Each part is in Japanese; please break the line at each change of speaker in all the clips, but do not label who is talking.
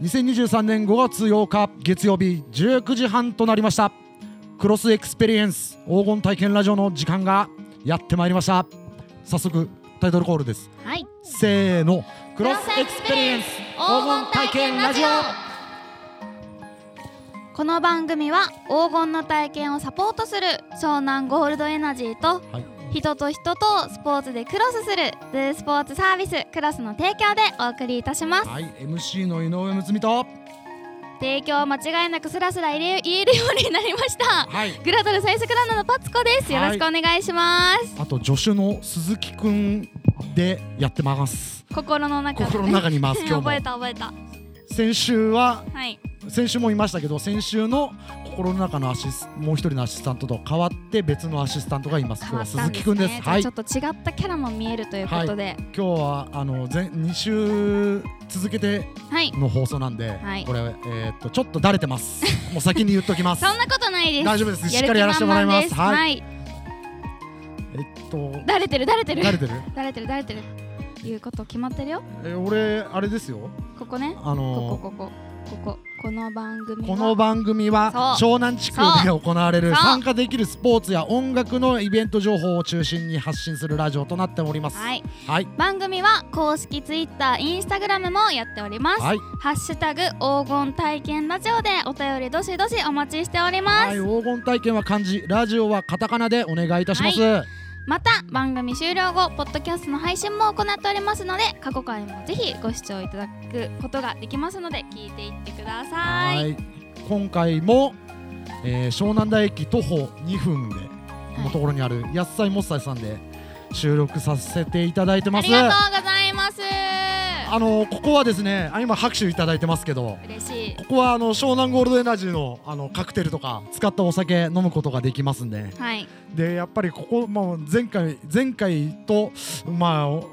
2023年5月8日月曜日19時半となりましたクロスエクスペリエンス黄金体験ラジオの時間がやってまいりました早速タイトルコールです
はい
せーのクロスエクスペリエンス黄金体験ラジオ
この番組は黄金の体験をサポートする湘南ゴールドエナジーと
はい
人と人とスポーツでクロスするドゥスポーツサービスクロスの提供でお送りいたします
はい MC の井上睦美と
提供を間違いなくスラスラ言え言えるようになりました
はい
グラドル最速ランナーのパツコですよろしくお願いします、
あと助手の鈴木くんでやってます
心の中で
心の中にい ます今日も
覚えた覚えた
先週は
はい
先週も言いましたけど先週の心の中のアシスもう一人のアシスタントと変わって別のアシスタントがいます
変
今
わ
日は
っ
鈴
たんで
木
す
くん
ね
ですはい
ちょ
今
っと違ったキャラも見えるということで
日はあの前2週続けて
はい、
の放送なんで、
はい
これ、えーっとちょっとだれてます もう先に言っときます
そんなことないです
大丈夫ですしっかりやらせてもらいます
やる気満々
はい
ですはい
えっと
だれてるだれてる
だれてる
だれてるだれてるいうこと決まってるよ
え俺あれですよ
ここね
あ
ここ
の
こここここの番組は
この番組は湘南地区で行われる
そう
参加できるスポーツや音楽のイベント情報を中心に発信するラジオとなっております。
はい
はい、
番組は公式ツイッターインスタグラムもやっております、
はい
ハッシュタグ黄金体験ラジオでお便りどしどしお待ちしております、
はい、黄金体験は漢字ラジオはカタカナでお願いいたします、
また番組終了後ポッドキャストの配信も行っておりますので過去回もぜひご視聴いただくことができますので聞いていってください
はい今回も、えー湘南台駅徒歩2分で、のところにあるやっさいもっさいさんで収録させていただいて
あ
ます
りがとうございます
あのここはですねあ今拍手いただいてますけど
嬉しい
ここはあの湘南ゴールドエナジーのあのカクテルとか使ったお酒飲むことができますんで
はい
でやっぱりここ、まあ、前回前回と、まあ、お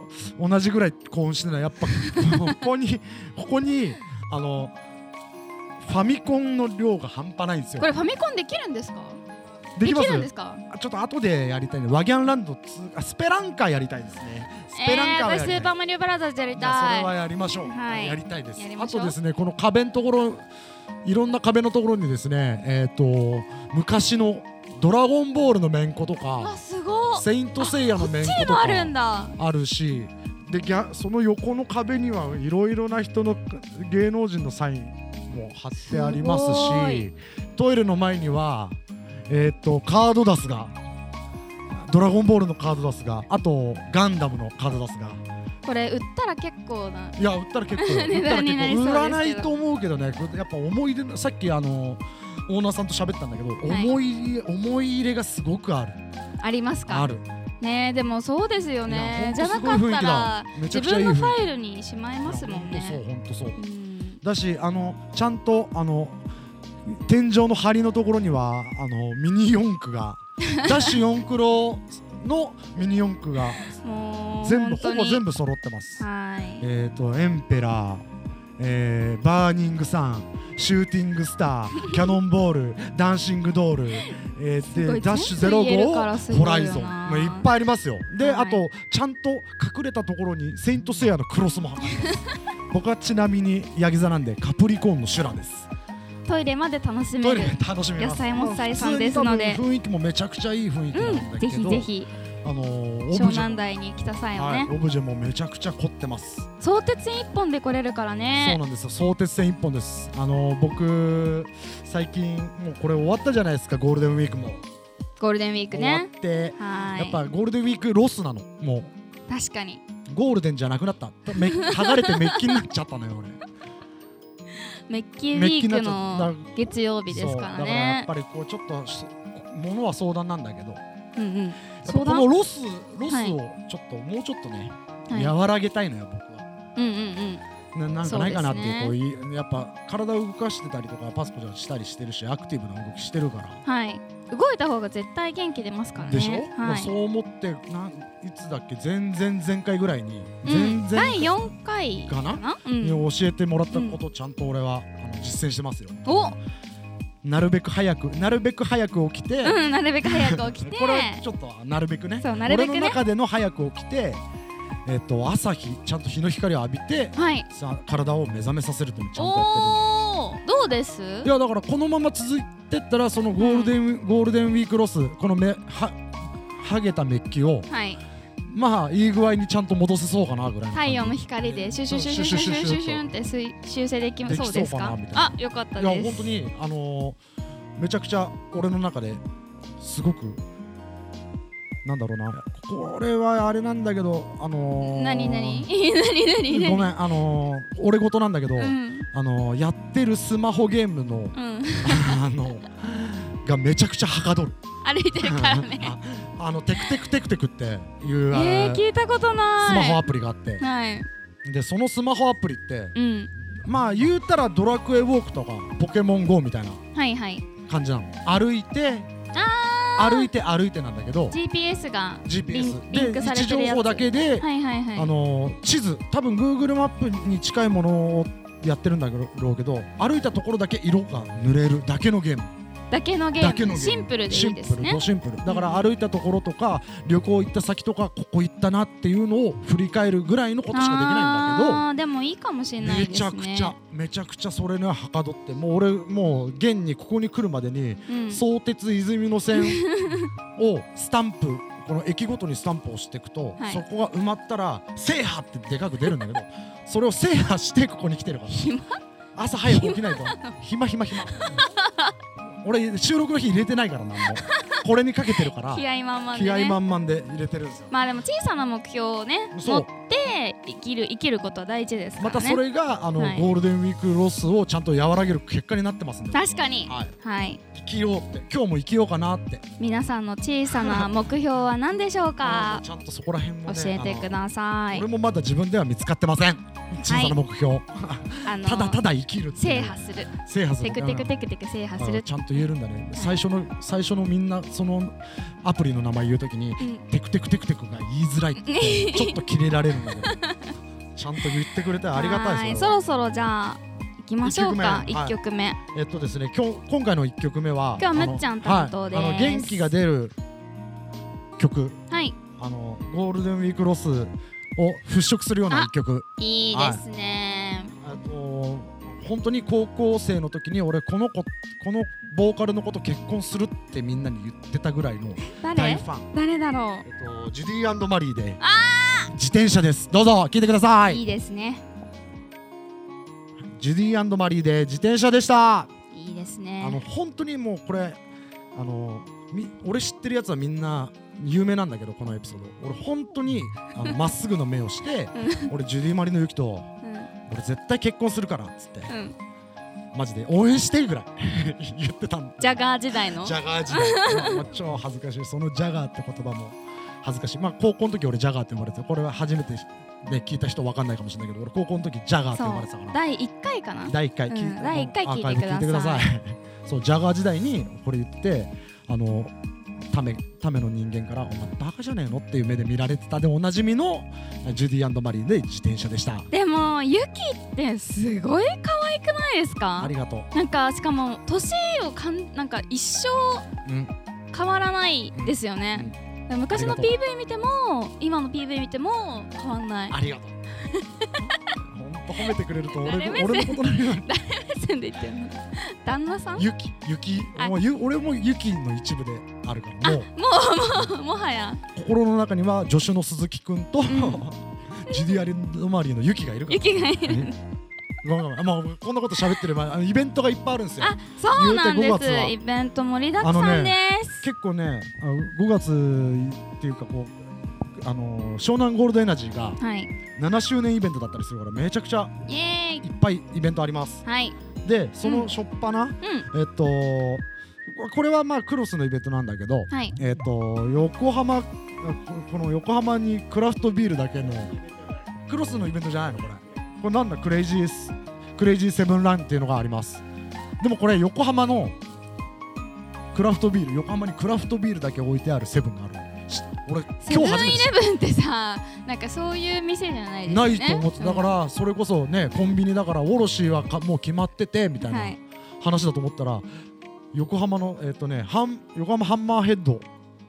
同じぐらい幸運してるのはやっぱここにここにあのファミコンの量が半端ないんですよ
こ。れファミコンできるんですか
できます
るんですか
あちょっと後でやりたいねワギャンランド2あスペランカやりたいですねスペランカは
え
や
ー、こ
り
れスーパ
た
ー
い
マリオブラザーズやり
いやそれは
た
やりましょう、
はい
やりたいです
やり
あ
ましょ
と
う
ですねこの壁のところいろんな壁のところにですねえっ、と昔のドラゴンボールの面子と
い
か
わすごっ
セイントセイヤの面子
チー
と
ム
か
あるんだ
あるしでギャその横の壁にはいろいろな人の芸能人のサインも貼ってあります
すご
し
い
トイレの前には、えー、とカードダスが「ドラゴンボール」のカードダスがあとガンダムのカードダスが
これ売ったら結構ない
や売ったら結構 売
値
ったら
段
結
にな
構
りそうですけど
売らないと思うけどねやっぱ思い出のさっきあのオーナーさんと喋ったんだけど、
はい
思い入れ思い入れがすごくある
ありますか
ある
ねえでもそうですよね
い
じ
や
ゃ
ほ
なん
とす
かっ
ごい雰囲
た
気だ
ら
めちゃ
自
くちゃいい
分
雰囲
の
気
ファイルにしまいますもん
そう
ね
本当そう
うん
だしあのちゃんとあの天井の梁のところにはあのミニ四駆がダッシュ四駆郎のミニ四駆 が
もう
全部
本
ほ
当に
ぼ全部揃ってます。
はい
えっ、とエンペラー、えーバーニングサン、シューティングスタ ー、キャノンボール、ダンシングドール、えー
ご
で
い
ダッシュゼ
全部
ロ
言えるからす
号、
ご
ホ
いよ
ラ
な
イゾン、まあいっぱいありますよ。で、
はい
あとちゃんと隠れたところにセイントセイヤのクロスも貼って ます。僕はちなみにヤギ座なんでカプリコーンの修羅です。
トイレまで楽し
トイ
め
レ
る
楽しみます。
野菜もっさいさんですので
普通に多分雰囲気もめちゃくちゃいい雰囲気なんだけど、
うんぜひぜひ
あのーオブジェ
湘南台に来た際は
はい、
ね
オブジェもめちゃくちゃ凝ってます。
相鉄一本で来れるから
そう
ね
なんですよ相鉄線一本ですあの僕最近もうこれ終わったじゃないですかゴールデンウィークも
ゴールデンウィーク
終わ
ね
って、
はい
やっぱゴールデンウィークロスなのもう
確かに
ゴールデンじゃなくなっため 剥がれてメッキになっちゃったのよ俺
メッキウ
メッ
ィ
キ
ー
になっちゃっ
ク
た
の月曜日ですか
そ
ら
うだからやっ
ね
ぱりこうちょっとし物は相談なんだけどや
うんうん
っぱ
相
こ
談
のロスロス
はい
をちょっと、もうちょっとね、
はい
和らげたいのよ僕は
うんうんうん
ななんかないかなっていう
そ
こ
う
ういやっぱ体を動かしてたりとかパスコちゃんしたりしてるしアクティブな動きしてるから
はい動いた方が絶対元気出ますからね
でしょ、ま
は
あ
い
そう思ってなんいつだっけ前々前回ぐらいに、
うん
前
第4回
々かな、
な、う
に
ん、
教えてもらったことをちゃんと俺は、あの実践してますよ
お、
なるべく早くなるべく早く起きて、
うん、なるべく早く起きて
これはちょっとなるべくね
そうなるべくね
俺の中での早く起きてえっと朝日ちゃんと日の光を浴びて
はい
さ体を目覚めさせるというのをちゃんとやってるんで
おおどうです
いやだからこのまま続いてったらそのゴールデン、ゴールデンウィークロスこのめははげたメッキを
はい
まあいい具合にちゃんと戻せそうかなぐらいの
太
感じ
陽の光でシュシュシュシュシュシュシュシュシュンってすい修正でき
でき
そうです
そうかな
か
みたいな
あよかった
いや
で
本当
す
にあのーめちゃくちゃ俺の中ですごくなんだろうなこれはあれなんだけどあのー、
なになになになになに
ごめんあのー、俺事なんだけど、
うん
あのー、やってるスマホゲームの
うん
あのがめちゃくちゃはかどる
歩いてるからね
ああのテクテクテクテクっていう、あ
えー
の
聞いたことない
スマホアプリがあって
はい
でそのスマホアプリって
うん
まあ言うたら「ドラクエウォーク」とか「ポケモン GO」みたいな
はいはい
感じなの歩いて
あ
歩いて歩いてなんだけど
GPS がリ
GPS
ンリン
で
ク
位
され
置
て
情
るやつ
報だけで、
はいはいはい
あのー地図多分 Google マップに近いものをやってるんだろうけど歩いたところだけ色が塗れるだけのゲーム
だけのゲ
だけ
ー
のゲー
ム
ム
シンプルでい
シ
い
ン
で
プ
す
ル
ね
ドシンプルだから歩いたところとか旅行行った先とかここ行ったなっていうのを振り返るぐらいのことしかできないんだけど
あーでもいいかもしれない
め
です
ち
ね
ゃくちゃ、めちゃくちゃそれのはかどってもう俺もう現にここに来るまでに
うん、
相鉄泉の線 をスタンプこの駅ごとにスタンプを押していくと、
はい
そこが埋まったら「制覇!」ってでかく出るんだけ どそれを制覇してここに来てるから
暇
朝早く起きないと暇暇暇俺収録の日入れてないからなんもこれにかけてるから
気合満々で、ね、
気合満々で入れてるんですよ
まあでも小さな目標をね持
そ
っ
う
て生きる生きることは大事ですから
ま
ね
たそれがあの、
はい
ゴールデンウィークロスをちゃんと和らげる結果になってますんで
確かに
はい、
はい
生きようって今日も生きようかなって
皆さんの小さな目標は何でしょう
あ
か
のちゃん とそこら辺も、
教
ね、
えてくだ
あ
さ
の
い
俺もまだ自分では見つかってません小さな目標、
あの
ただただ生きるってい
制
う
覇する
制覇す
テ
る
クテクテクテク制覇す
う
る
んちゃんと言えるんだね、最初の最初のみんなそのアプリの名前言うときに、
ん
テクテクテクテクが言いづらい ってちょっとキレられるんだけどちゃんと言ってくれてありがたい
は
です
そろそろじゃあ行きましょうか
一曲目
一
はい
曲目
えっとですね、今日今回の一曲目は
今日は
あの
むっちゃん担当です
はい、あの元気が出る曲
はい
あのゴールデンウィークロスを払拭するような一曲
いいですね
あの本当に高校生の時に俺この子このボーカルの子と結婚するってみんなに言ってたぐらいの大
誰
ファン、
誰だろ
えっと、ジュディマリーで自転車ですどうぞ聞いてくださ
う
い
いいですね
ジュディマリーで自転車でした
いいです
あの
ね
本当にもうこれあのみ俺知ってるやつはみんな有名なんだけどこのエピソード俺本当にあのまっすぐの目をして俺ジュディ・マリのユキと俺絶対結婚するからっつって
うんうん
マジで応援してぐらい 言ってたん
ジャガー時代の
ジャガー時代もう超恥ずかしいそのジャガーって言葉も恥ずかしいまあ高校の時俺ジャガーって呼ばれてこれは初めて、ね、聞いた人わかんないかもしれないけど俺高校の時ジャガーって呼ばれてたから
第一回かな
第1回聞いて、
うん第一回聞いて
アーカイブ
ください
そうジャガー時代にこれ言ってあのためための人間から「お前バカじゃねえの?」っていう目で見られてたでおなじみのジュディマリーで自転車でした
でもユキってすごい可愛くないです
あ
か
りがとう、
なんかしかも年をかんなんか一生
うん、
変わらないですよね、昔の
あり
PV 見ても今の PV 見ても変わんない
ありがとう 本当褒めてくれると俺
誰目
の
線
俺のことのように
住んでいってるの旦那さんも
ユキユキ
あ
もうゆ俺もユキの一部であるからもう
うもはや
心の中には助手の鈴木くんと、 ジュディアリンドマリーのユキがいるから
ユキがいる
ごめんごめんもうこんなこと喋ってればあのイベントがいっぱいあるんですよ
あそうなんで
言うて5月は
すイベント盛りだくさんです、
結構ねあの5月っていうかこうあの湘南ゴールドエナジーが
はい
7周年イベントだったりするからめちゃくちゃ
イエー
い
イ
っぱいイベントあります
はい
でそうの
ん
初っ端な、
うん
えっとこれはまあクロスのイベントなんだけど、
はい
えっと横浜ここの横浜にクラフトビールだけのクロスのイベントじゃないのこれこれなんだクレイジースクレイジーセブンランっていうのがありますでもこれ横浜のクラフトビール横浜にクラフトビールだけ置いてあるセブンがあるし俺
セブ
今日
ン
初め
イ
て
レブンってさなんかそういう店じゃないですよ
な
ね
いと思ってだからそれこそねコンビニだから卸はかもう決まっててみたいな
はい
話だと思ったら横浜のえっ、とねハン横浜ハンマーヘッドっ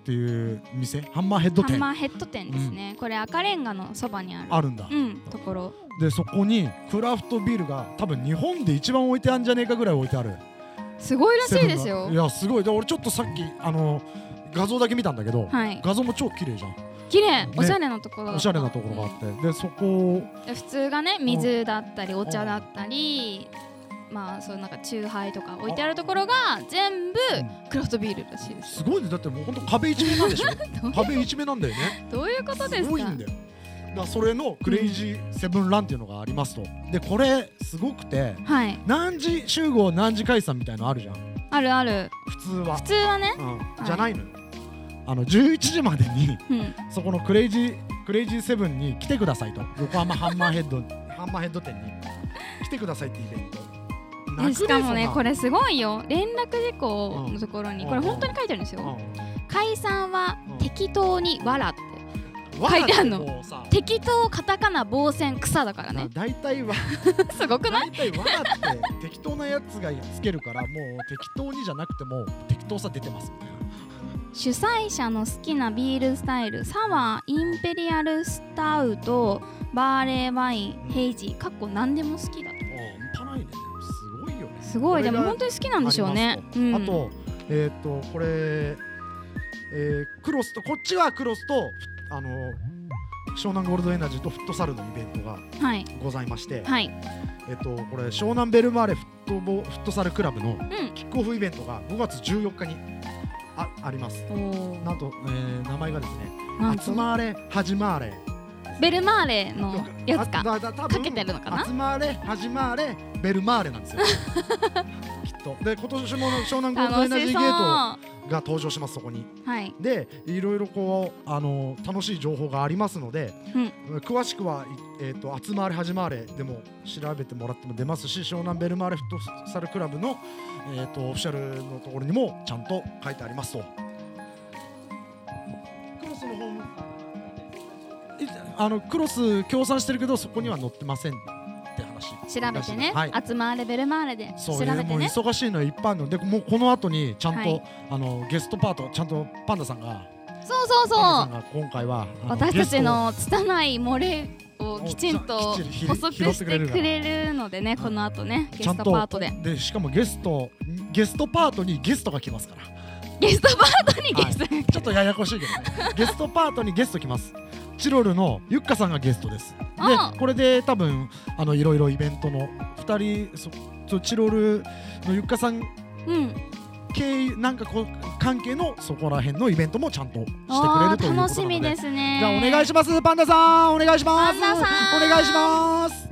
ていう店ハンマーヘッド
ハン
店
マーヘッド店ですね、これ赤レンガのそばにある
あるんだ、
うんところ
でそこにクラフトビールが多分日本で一番置いてあるんじゃねえかぐらい置いてある
すごいらしいで
セ
す
ブ
よ
ンがいやすごいで俺ちょっとさっきあの画像だけ見たんだけど、
はい
画像も超綺麗じゃん
綺麗
ね
おしゃれなところだった
おしゃれなところがあって、でそこ
で普通がね水だったりお茶だったりまあそういうなんかチューハイとか置いてあるところが全部
うん
クラフトビールらしいです
すごいねだってもうほんと壁一面なんでしょ
どう
壁一面なんだよね
どういうことで
す
すか
ごいんだよだからそれのクレイジーセブンランっていうのがありますとでこれすごくて
はい
何時集合何時解散みたいのあるじゃん
あるある
普通は
普、通はね
うん、じゃないのよ、あの11時までに
うん
そこのクレイジークレイジーセブンに来てくださいと横浜ハンマーヘッドハンマーヘッド店に来てくださいってイベントなく
で
ね
しかも
そん
ね
な
これすごいよ連絡事項のところに
うん
これ本当に書いてあるんです
う
よ解散は適当に笑って
んわ
書いてあんの
もうさ
適当カタカナ防線草だからね
大体は
すごくない
大体わらって適当なやつがつけるからもう適当にじゃなくても適当さ出てますみたいな
主催者の好きなビールスタイルサワーインペリアルスタウトバーレーワインヘイジーかっこ何でも好きだと
あ半端ないねすごいよね
すごい
これ
で
が
も本当に好きなんでしょう
あ
ね
ります
う
とあ
ん、
とえーっ、とこれ、えークロスとこっちはクロスとあの湘南ゴールドエナジーとフットサルのイベントが
はい
ございまして、
はい
えーっ、とこれ湘南ベルマーレフットボフットサルクラブの
ん
キックオフイベントが5月14日にああります
おー
なんと、えー名前がですね
なん
集
と
まれ始まれ
ベルマーレのやつ
あ
か
だだ多分
かけてるのかな
集まれ始まれベルマーレなんです よきっとで今年も湘南ゴールド
楽
エナジ
し
ー
そ
ゲ
う
ー
は
トが登場しますそこに
い
でいろいろこうあの楽しい情報がありますので、詳しくはいえー、と集まれ始まれでも調べてもらっても出ますし湘南ベルマーレフットサルクラブの、えー、とオフィシャルのところにもちゃんと書いてありますとクロスのホームいあのクロス協賛してるけどそこには載ってませんって話
調べてね、
はい
集まれベルマーレで
そう
調べ
いう
て
もう
ね
忙しいのいっぱいあるのでもうこの後にちゃんと、
はい
あのゲストパートちゃんとパンダさんが
そうそ
パン
うそう
ダさんが今回はあの
私
ゲ
た
スト
ち
を
の拙い漏れをきちんと
きっちりひ
補足
拾っ
してて
くれるから
くれるのでねこの後ねゲ
ちゃ
ス
ん
ト
と
パートで
でしかもゲストゲストパートにゲストが来ますからち
ゲストパートにゲストが
ょっとややこしいけど ねゲストパートにゲスト来ますチロルのゆっかさんがゲストです
あ
でこれで多分あのいろいろイベントの2人そそチロルのゆっかさん
うん
経由なんかこう関係のそこら辺のイベントもちゃんとしてくれ
あ
るということなので
楽しみですね
じゃあお願いしますパンダさんお願いします
パンダさん
お願いします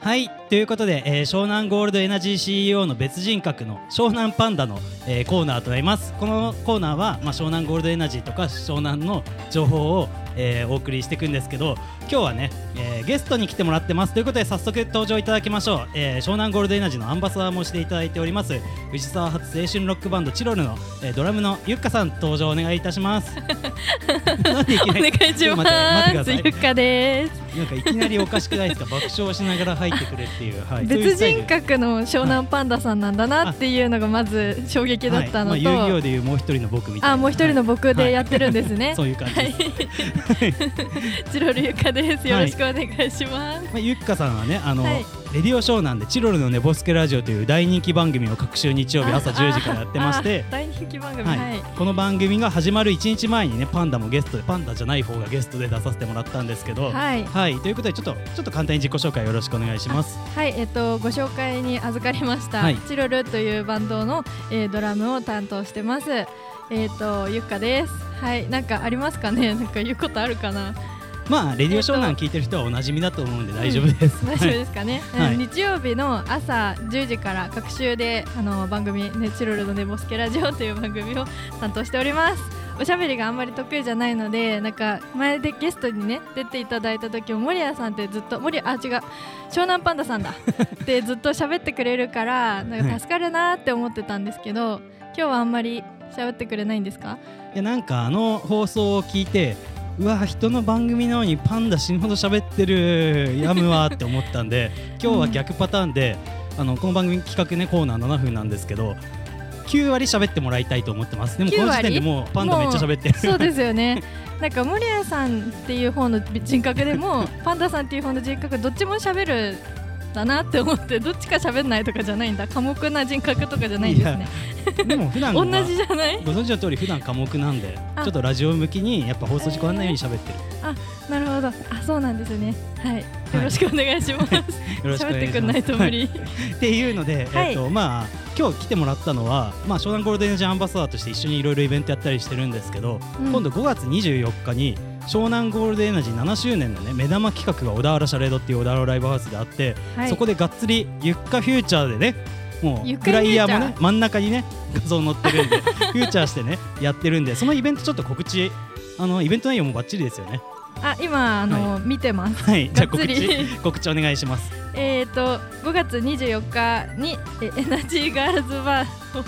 はいということで、えー湘南ゴールドエナジー CEO の別人格の湘南パンダの、えーコーナーとなりますこのコーナーは、まあ、湘南ゴールドエナジーとか湘南の情報を、えーお送りしていくんですけど今日はね、えーゲストに来てもらってますということで早速登場いただきましょう、えー湘南ゴールドエナジーのアンバサダーもしていただいております藤沢発青春ロックバンドチロルの、えードラムのゆっかさん登場お願いいたします なんでいきなり
願い
します
ゆっかです。
なんかいきなりおかしくないですか爆笑しながら入ってくれっていう、はい、
別
そういうスタイ
人
ル
格の湘南パンダさんなんだなっていうのがまず衝撃だったの
はいまあ、遊戯
と
王、でいうもう一人の僕みたいな
あ、もう一人の僕でやってるんです ね
そ。ういう感じ です、
チロルゆかです。よ
は
ろ
い
しくお願いします。
まあ、ゆっかさんはねあの、
はい
レディオショーなんでチロルの寝ぼすけラジオという大人気番組を各週日曜日朝
あ
10時からやってまして
あ大人気番組
は
はいい。
この番組が始まる1日前にねパンダもゲストでパンダじゃない方がゲストで出させてもらったんですけど
はい
ということでちょっとちょっと簡単に自己紹介よろしくお願いします
はい、えっとご紹介に預かりました、
はい
チロルというバンドの、えードラムを担当してます。えっとゆっかです。はい、なんかありますかね。なん か言うことあるかな。
まあレディオショーなん聞いてる人はおなじみだと思うんで大丈夫です、
大丈夫ですかね、
はい
うん日曜日の朝10時から各週であの番組「ねチロルのねぼすけラジオ」という番組を担当しておりますおしゃべりがあんまり得意じゃないのでなんか前でゲストにね出ていただいた時も森谷さんってずっと森あ違う湘南パンダさ んだってずっと喋ってくれるからなんか助かるなって思ってたんですけど今日はあんまり喋ってくれないんですか
いやなんかあの放送を聞いてうわ人の番組なのにパンダ死ぬほど喋ってるやむわって 思ったんで今日は逆パターンで、あのこの番組企画ねコーナー7分なんですけど9割喋ってもらいたいと思ってますでもこ
9
の
割
時点でもうパンダめっちゃ喋ってる
そうですよね。なんか森谷さんっていう方の人格で もパンダさんっていう方の人格どっちも喋るだなって思ってどっちか喋んないとかじゃないんだ寡黙な人格とかじゃないんですね。
でも普段
同
は
じじゃない？
ご存知の通り普段寡黙なんで
あ
ちょっとラジオ向きにやっぱ放送事故あんないように喋ってる
なるほど。あそうなんですね。はい。よろしくお願いしま す。
よろしくお
喋っ
願い
て
し
くん
ます
ないと無理。
っていうので、
はい
えっとまあ今日来てもらったのは、まあ、湘南ゴールデンエナジーアンバサダーとして一緒にいろいろイベントやったりしてるんですけど、
うん
今度5月24日に湘南ゴールデンエナジー7周年のね目玉企画が小田原シャレードっていう小田原ライブハウスであって、
はい
そこでがっつり「ゆっかフューチャー」でねも
ゆっ
う
か
フライヤーも
フュー
ね
チ
真ん中にね画像載ってるんで フューチャーしてねやってるんでそのイベントちょっと告知あのイベント内容もバッチリですよね
あ今あの、見てます。
はいじゃあ
がっ
告
つり
知告知お願いします
えっ、と5月24日にえエナジーガールズバーを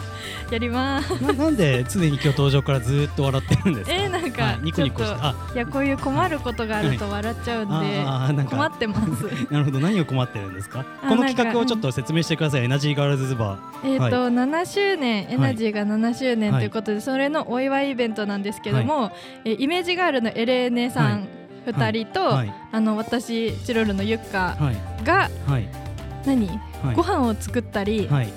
やります。
ななんで常に今日登場からずーっと笑ってるんですか
えー、なんか、
はい、ニコニコして
ちょっと
あ
いやこういう困ることがあると笑っちゃうんで、
あーなん
困っ
か
てます。
なるほど何を困ってるんですか
あ
この
なんか
企画をちょっと説明してください、エナジーガールズズバー
えーと
は
7周年エナジーが7周年ということで、それのお祝いイベントなんですけども、えーイメージガールのエレーネさん2人と、
はい
あの私チロルのユッカ
はい
が
はい
何、
はい
ご飯を作ったり、
はい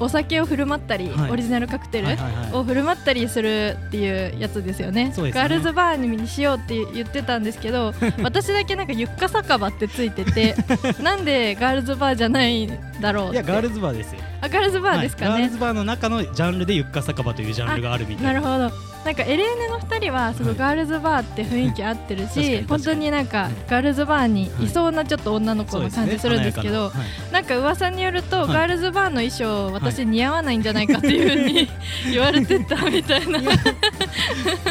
お酒を振る舞ったり、
はい
オリジナルカクテル、
はいはい
を振る舞ったりするっていうやつですよね
そうですね
ガールズバーにしようって言ってたんです けど私だけなんかゆっか酒場ってついててなんでガールズバーじゃないんだろうっ
い
て
やガールズバーですよ
あガールズバーですか
はいガー
ね、
ルズバーの中のジャンルでゆっか酒場というジャンルがあるみたい
な
な
るほどなんかエレーネの2人はすご
はい
いガールズバーって雰囲気合ってる
確か
し
に
本当になんかガールズバーにいそうなちょっと女の子
そう
の
です
感
ね
じするんですけ
華
ど
やか
なんか噂によると
はい
ガールズバーの衣装私似合わないんじゃないかっていうふう に言われてたみたいな
なはいい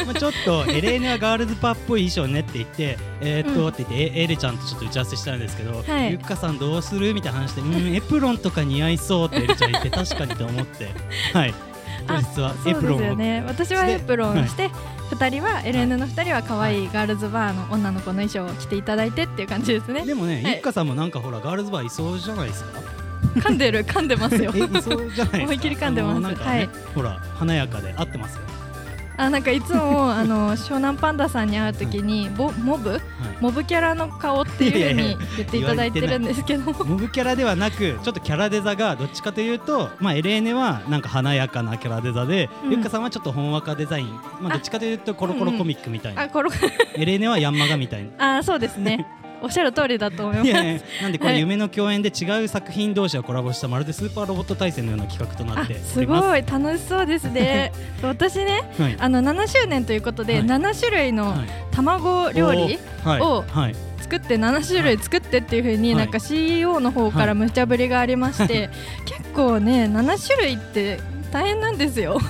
やまあちょっとエレーヌはガールズバーっぽい衣装ねって言ってえーっと、
うん
って言ってえエレちゃんとちょっと打ち合わせしたんですけど、
はい
ゆっかさんどうするみたいな話でうんエプロンとか似合いそうってエレちゃ ん言って確かにと思ってはい当日は
そ
エ
う
プロ
で
ン
すよ
を
ね私はエプロンして、二人は LN の2人は可愛いガールズバーの女の子の衣装を着ていただいてっていう感じですね
でもね、
はい
ゆっかさんもなんかほらガールズバーいそうじゃないですか。
噛んでる噛んでますよ
えいそうじゃないですか。
思いっきり噛んでます
あのなんかね、
はい
ほら華やかで合ってますよ。
あなんかいつもあの湘南パンダさんに会うときにボモブ
は
モブキャラの顔っていうふう
いやい
に
や
言っていただいてるんですけど
い。モブキャラではなく、ちょっとキャラデザがどっちかというと、まあエレーネはなんか華やかなキャラデザで、
うん
ゆっかさんはちょっとほんわかデザイン、まあどっちかというとコロコロコミックみたいな、
あこれ
エレーネはヤンマガみたい な。
あそうですねおっしゃる通りだと思います
いやいやなんでこ
は
れ
い
夢の共演で違う作品同士がコラボしたまるでスーパーロボット対戦のような企画とな
あ
ってお
す
ります。
ごい楽しそうです ね私ね
はい。
あの7周年ということで、
はい
7種類の卵料理
はい
を
はい
作って7種類作ってっていう風に
はい
なんか CEO の方から無茶ぶりがあり まして、結構ね7種類って大変なんで すよ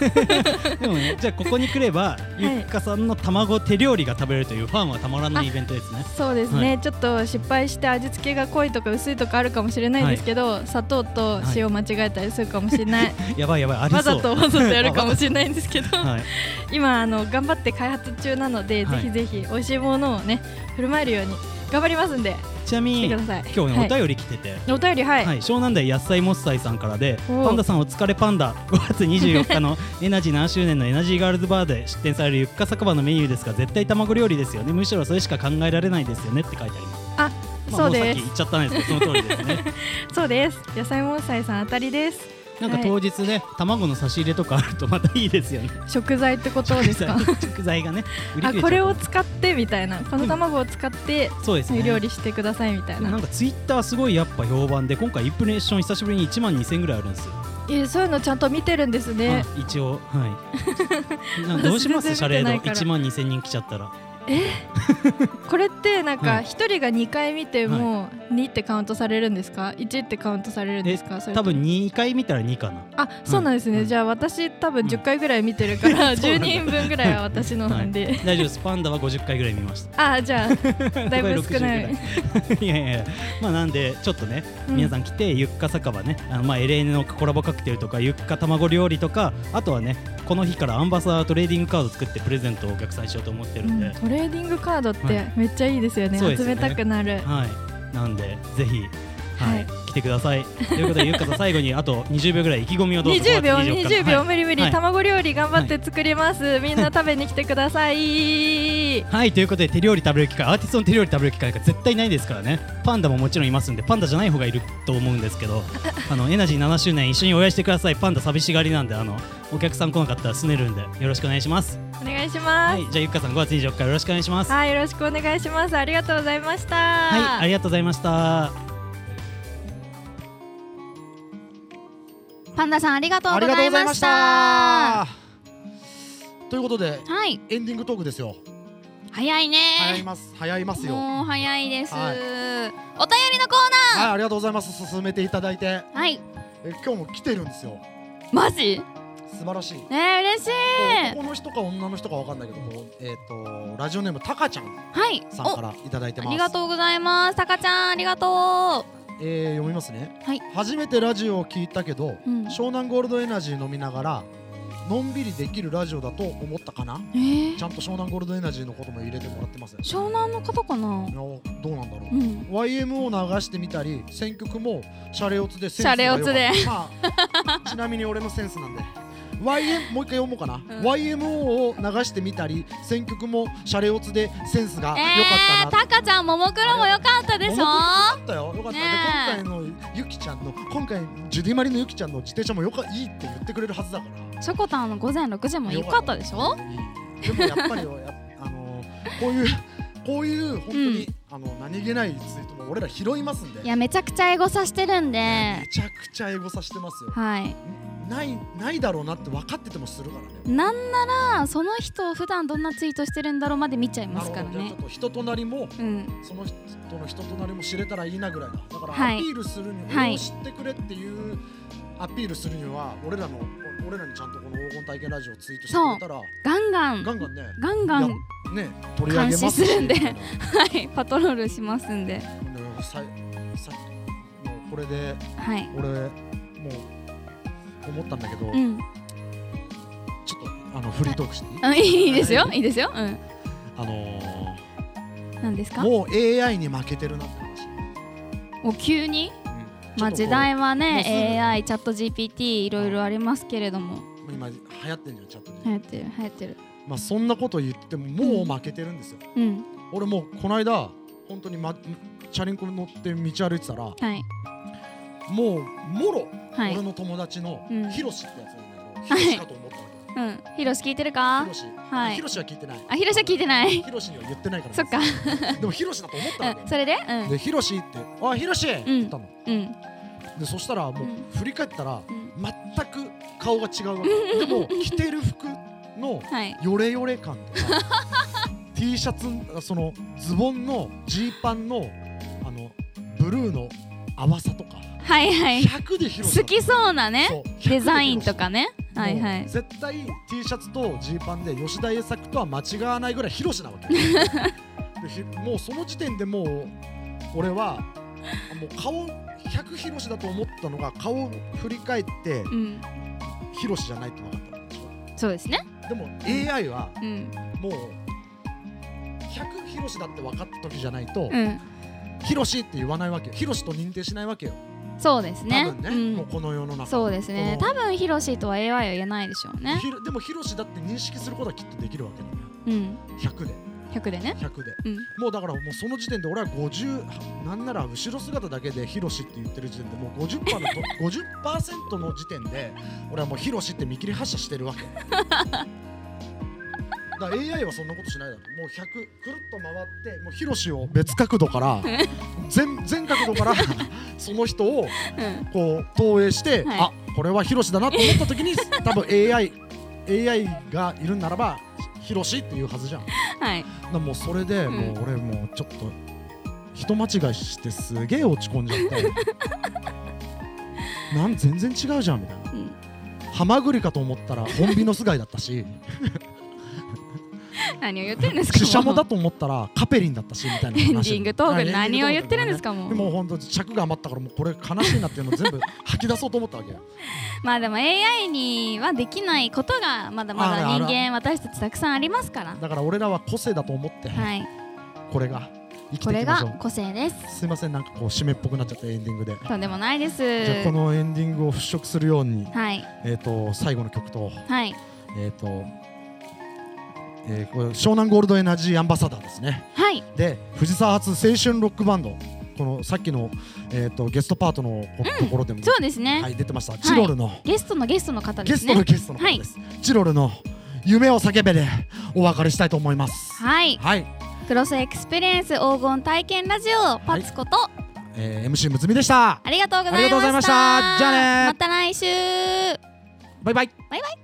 でもね、じゃあここに来れば、
い
ゆっかさんの卵手料理が食べれるというファンはたまらないイベントですね。
そうですね、ちょっと失敗して味付けが濃いとか薄いとかあるかもしれないんですけど、砂糖と塩間違えたりするかもしれない、
やばいやばい、あり
わ
そう。
ざとわざとやるかもしれないんですけど
はい、
今あの頑張って開発中なので、
はい
ぜひぜひ美味しいものをね振る舞えるように頑張りますんで
ちなみ に、
来てく
今
ださい
日ね、
はい
お便り来てて。
お便りはい、
はい、湘南台野菜もっさいさんからで
おう
パンダさんお疲れパンダ5月24日 のエナジー7周年のエナジーガールズバーで出店されるゆっか酒場のメニューですが絶対卵料理ですよねむしろそれしか考えられないですよねって書いてあります、まあ、
そう
もうさっ
で
き
す
言っちゃったんですけどその通りですね
そうです野菜盆栽さんあたりです
なんか
はい
当日ね卵の差し入れとかあるとまたいいですよね
食材ってことですか
食材食材がね売り
あ
切れちゃう
これを使ってみたいなこの卵を使って
そうですね
料理してくださいみたい
な
なん
かツイッターすごいやっぱ評判で今回インプレッション久しぶりに1万2000ぐらいあるんですよ、
えそういうのちゃんと見てるんですね
あ一応はい なんかどうします
全
シャレード
然見てないから
1万2000人来ちゃったら
これってなん
は
か
い
一人が2回見ても2ってカウントされるんですか1ってカウントされるんですかそれ
多
とも
分2回見たら2かな
あそうなんですね、
うん
じゃあ私多分10回ぐらい見てるから、
そうな
10
んだ
人分ぐらいは私のなんで、
大丈夫ですパンダは50回ぐらい見ました
あじゃあ だいぶ少ない
これ60ぐらい いやいやいやまあなんでちょっとね、
うん
皆さん来てゆっか酒場ねあのまあエレーヌのコラボカクテルとかゆっか卵料理とかあとはねこの日からアンバサダートレーディングカード作ってプレゼントをお客さんにしようと思ってるんで、
うんトレーディングカードっ
は
てめっちゃいいですよね、
そうです
集
よね
めたくなる
はい、なんでぜひ、
は
はいい、来来てください。ということで、ゆっかさん、最後にあと20秒ぐらい意気込みをどうぞ。
20秒
終わって
20秒、
はい
無理無理、
はい
卵料理頑張って作ります、みんな食べに来てください
はいということで手料理食べる機会アーティストの手料理食べる機会が絶対ないですからねパンダももちろんいますんでパンダじゃない方がいると思うんですけ どあのエナジー7周年一緒にお祝いしてくださいパンダ寂しがりなんであのお客さん来なかったらすねるんでよろしくお願いします
お願いします
は、いじゃあゆっかさん5月24日よろしくお願いします
はい、よろしくお願いします。ありがとうございました。
はいありがとうございました
パンダさんありがとう
あ
ご
りがとう
ざい
ござい
ま
ま
し
したた。ということで
はい
エンディングトークですよ。
早いね
早います早いますよ。はい
もう早いです、
はい
お便りのコ
ありがとうございます進めていただいて
ーナーはい
え今日も来てるんですよ。
マジ
素晴らしい。
えー、嬉しい
男の人か女の人かわかんないけどこうえっ、とラジオネームたかちゃん
はい
さん
お
からいただいて
あ
ます。
りがとうございますたかちゃんありがと
えー読みますね、
はい
初めてラジオを聞いたけど、
う、うん、
湘南ゴールドエナジー飲みながらのんびりできるラジオだと思ったかな
えー
ちゃんと湘南ゴールドエナジーのことも入れてもらってますねいや
湘南の方かな
どうなんだろう
う、ん
YMO 流してみたり選曲もシャレオツでセンス
シャレオツで
が良かったまあちなみに俺のセンスなんで YM もう一回読もうかな、
ん
YMO を流してみたり選曲もシャレオツでセンスが良か
え
ったな
ー、たかちゃんももクロも良かったでしょ
あったよ。よかった。で
ねえ
今回のゆきちゃんの今回ジュディマリのゆきちゃんの自転車もよかいいって言ってくれるはずだから。
しょこたんの午前6時も良かったでしょ
いいでもやっぱりよや あのこういうこういう本当に、あの何気ないツイートも俺ら拾いますんで。
いやめちゃくちゃエゴさしてるんで
めちゃくちゃエゴさしてますよ。
はい
ないないだろうなって分かっててもするからね。
なんならその人普段どんなツイートしてるんだろうまで見ちゃいますから
なるほどじゃあち
ね
ょっと人となりも
うん
その人の人となりも知れたらいいなぐらいだだから
はい
アピールするに、
はい
俺を知ってくれっていうアピールするには俺らの俺らにちゃんとこの黄金体験ラジオをツイートしてくれたら
ガンガン
ガンガンね
ガンガン
いやね取り上げます
監視するんで
ね
はいパトロールしますんで
ささもうこれで
はい
俺もう思ったんだけど、
うん
ちょっとあのフリートークしていい、
あいいですよいいですようん
あの
何です
ー
か
もう AI に負けてるなって話、
お急にまあ時
も
代は
もうすぐ
ね AI チャット GPT いろいろありますけれども
今流行ってんじゃんチャットで、
流行ってる流行ってる
まあそんなこと言ってももう負けてるんですよ、
うん
俺もうこの間本当に、ま、チャリンコに乗って道歩いてたらも
はいう
もろ、
は
俺
い
の友達の
うん
ヒロシってやつなんだけど、ヒロシかと思ったわ
うんヒロシ聞いてる
け
か
ヒロシ、
はい
ヒロシは聞いてない
あヒロシは聞いてない
ヒロシには言ってないから
そっか
でもヒロシだと思ったわ
う
け
んそれで
でヒロシって「あヒロシ!」って言ったの、
うんうん
でそしたらもう
うん
振り返ったら
うん
全く顔が違うわけでも着てる服の
はい
ヨレヨレ感と か T シャツそのズボンのジーパンのあのブルーの淡さとか
はいはい
100で広
好きそうなね
そう100で
デ
広
ザインとかねはいは
もう
い
絶対 T シャツとジーパンで吉田栄作とは間違わないぐらい広しなわ けでひもうその時点でもう俺はもう顔100広しだと思ったのが顔を振り返って
うん
広しじゃないって分かったんでしょ
そうですね
でも AI は
うん
もう100ヒロシだって分かった時じゃないと、
うん
ヒロシって言わないわけよヒロシと認定しないわけよ
そうですね
多分ね、
うん
もうこの世の中
そうですね
この
多分ヒロシとは AI は言えないでしょうね
ひろでもヒロシだって認識することはきっとできるわけだよ
うん
100で
100でね
100で
うん
もうだからもうその時点で俺は50なんなら後ろ姿だけでヒロシって言ってる時点でもう50%のと 50%の時点で俺はもうヒロシって見切り発車してるわけだから AI はそんなことしないだろもう100くるっと回ってもうヒロシを別角度から全全角度から その人を
うん
こう投影して、
はい
あこれはヒロシだなと思った時に多分 AI, AI がいるならばヒロシっていうはずじゃん
はい
だからもうそれで、
うん
もう俺もうちょっと人間違いしてすげえ落ち込んじゃって なん全然違うじゃんみたいな、
うん
ハマグリかと思ったらホンビノス貝だったし
何を言ってるんですか
シシャモだと思ったらカペリンだったしみたいな
エ
話
ンディングトーク
はいエンデ
何
ィ
を
ング
言ってるんです
ト
かも
ークだねで
う
もう本当尺が余ったからもうこれ悲しいなっていうのを全部吐き出そうと思ったわけよ
まあでも AI にはできないことがまだまだ
ある
人
ある
間私たちたくさんありますから
だから俺らは個性だと思って、
はい
これが生き
こ
てい
れ
きま
が
しょ
個性です
うすいませんなんかこう締めっぽくなっちゃってエンディングで
とんでもないで
じ
す
ゃあこのエンディングを払拭するように、
はい
えー、と最後の曲と,、
はい
えーとえーこれ湘南ゴールドエナジーアンバサダーですね
はい
で藤沢発青春ロックバンドこのさっきの、えー、とゲストパートのこ,、ところでも、
そうですね、
はい、出てましたチロルの、
ゲストのゲストの方で
ゲ
す
ストの
ね
ゲストの方です、チロルの夢を叫べでお別れしたいと思います
はい
はい、
クロスエクスペリエンス黄金体験ラジオパツコと、
えー、MC むつみでした
ありがとうご
あ
ざ
り
い
がとうござい
ま
ま
し
したたじゃあね
また来週
バイバイ
バイバイ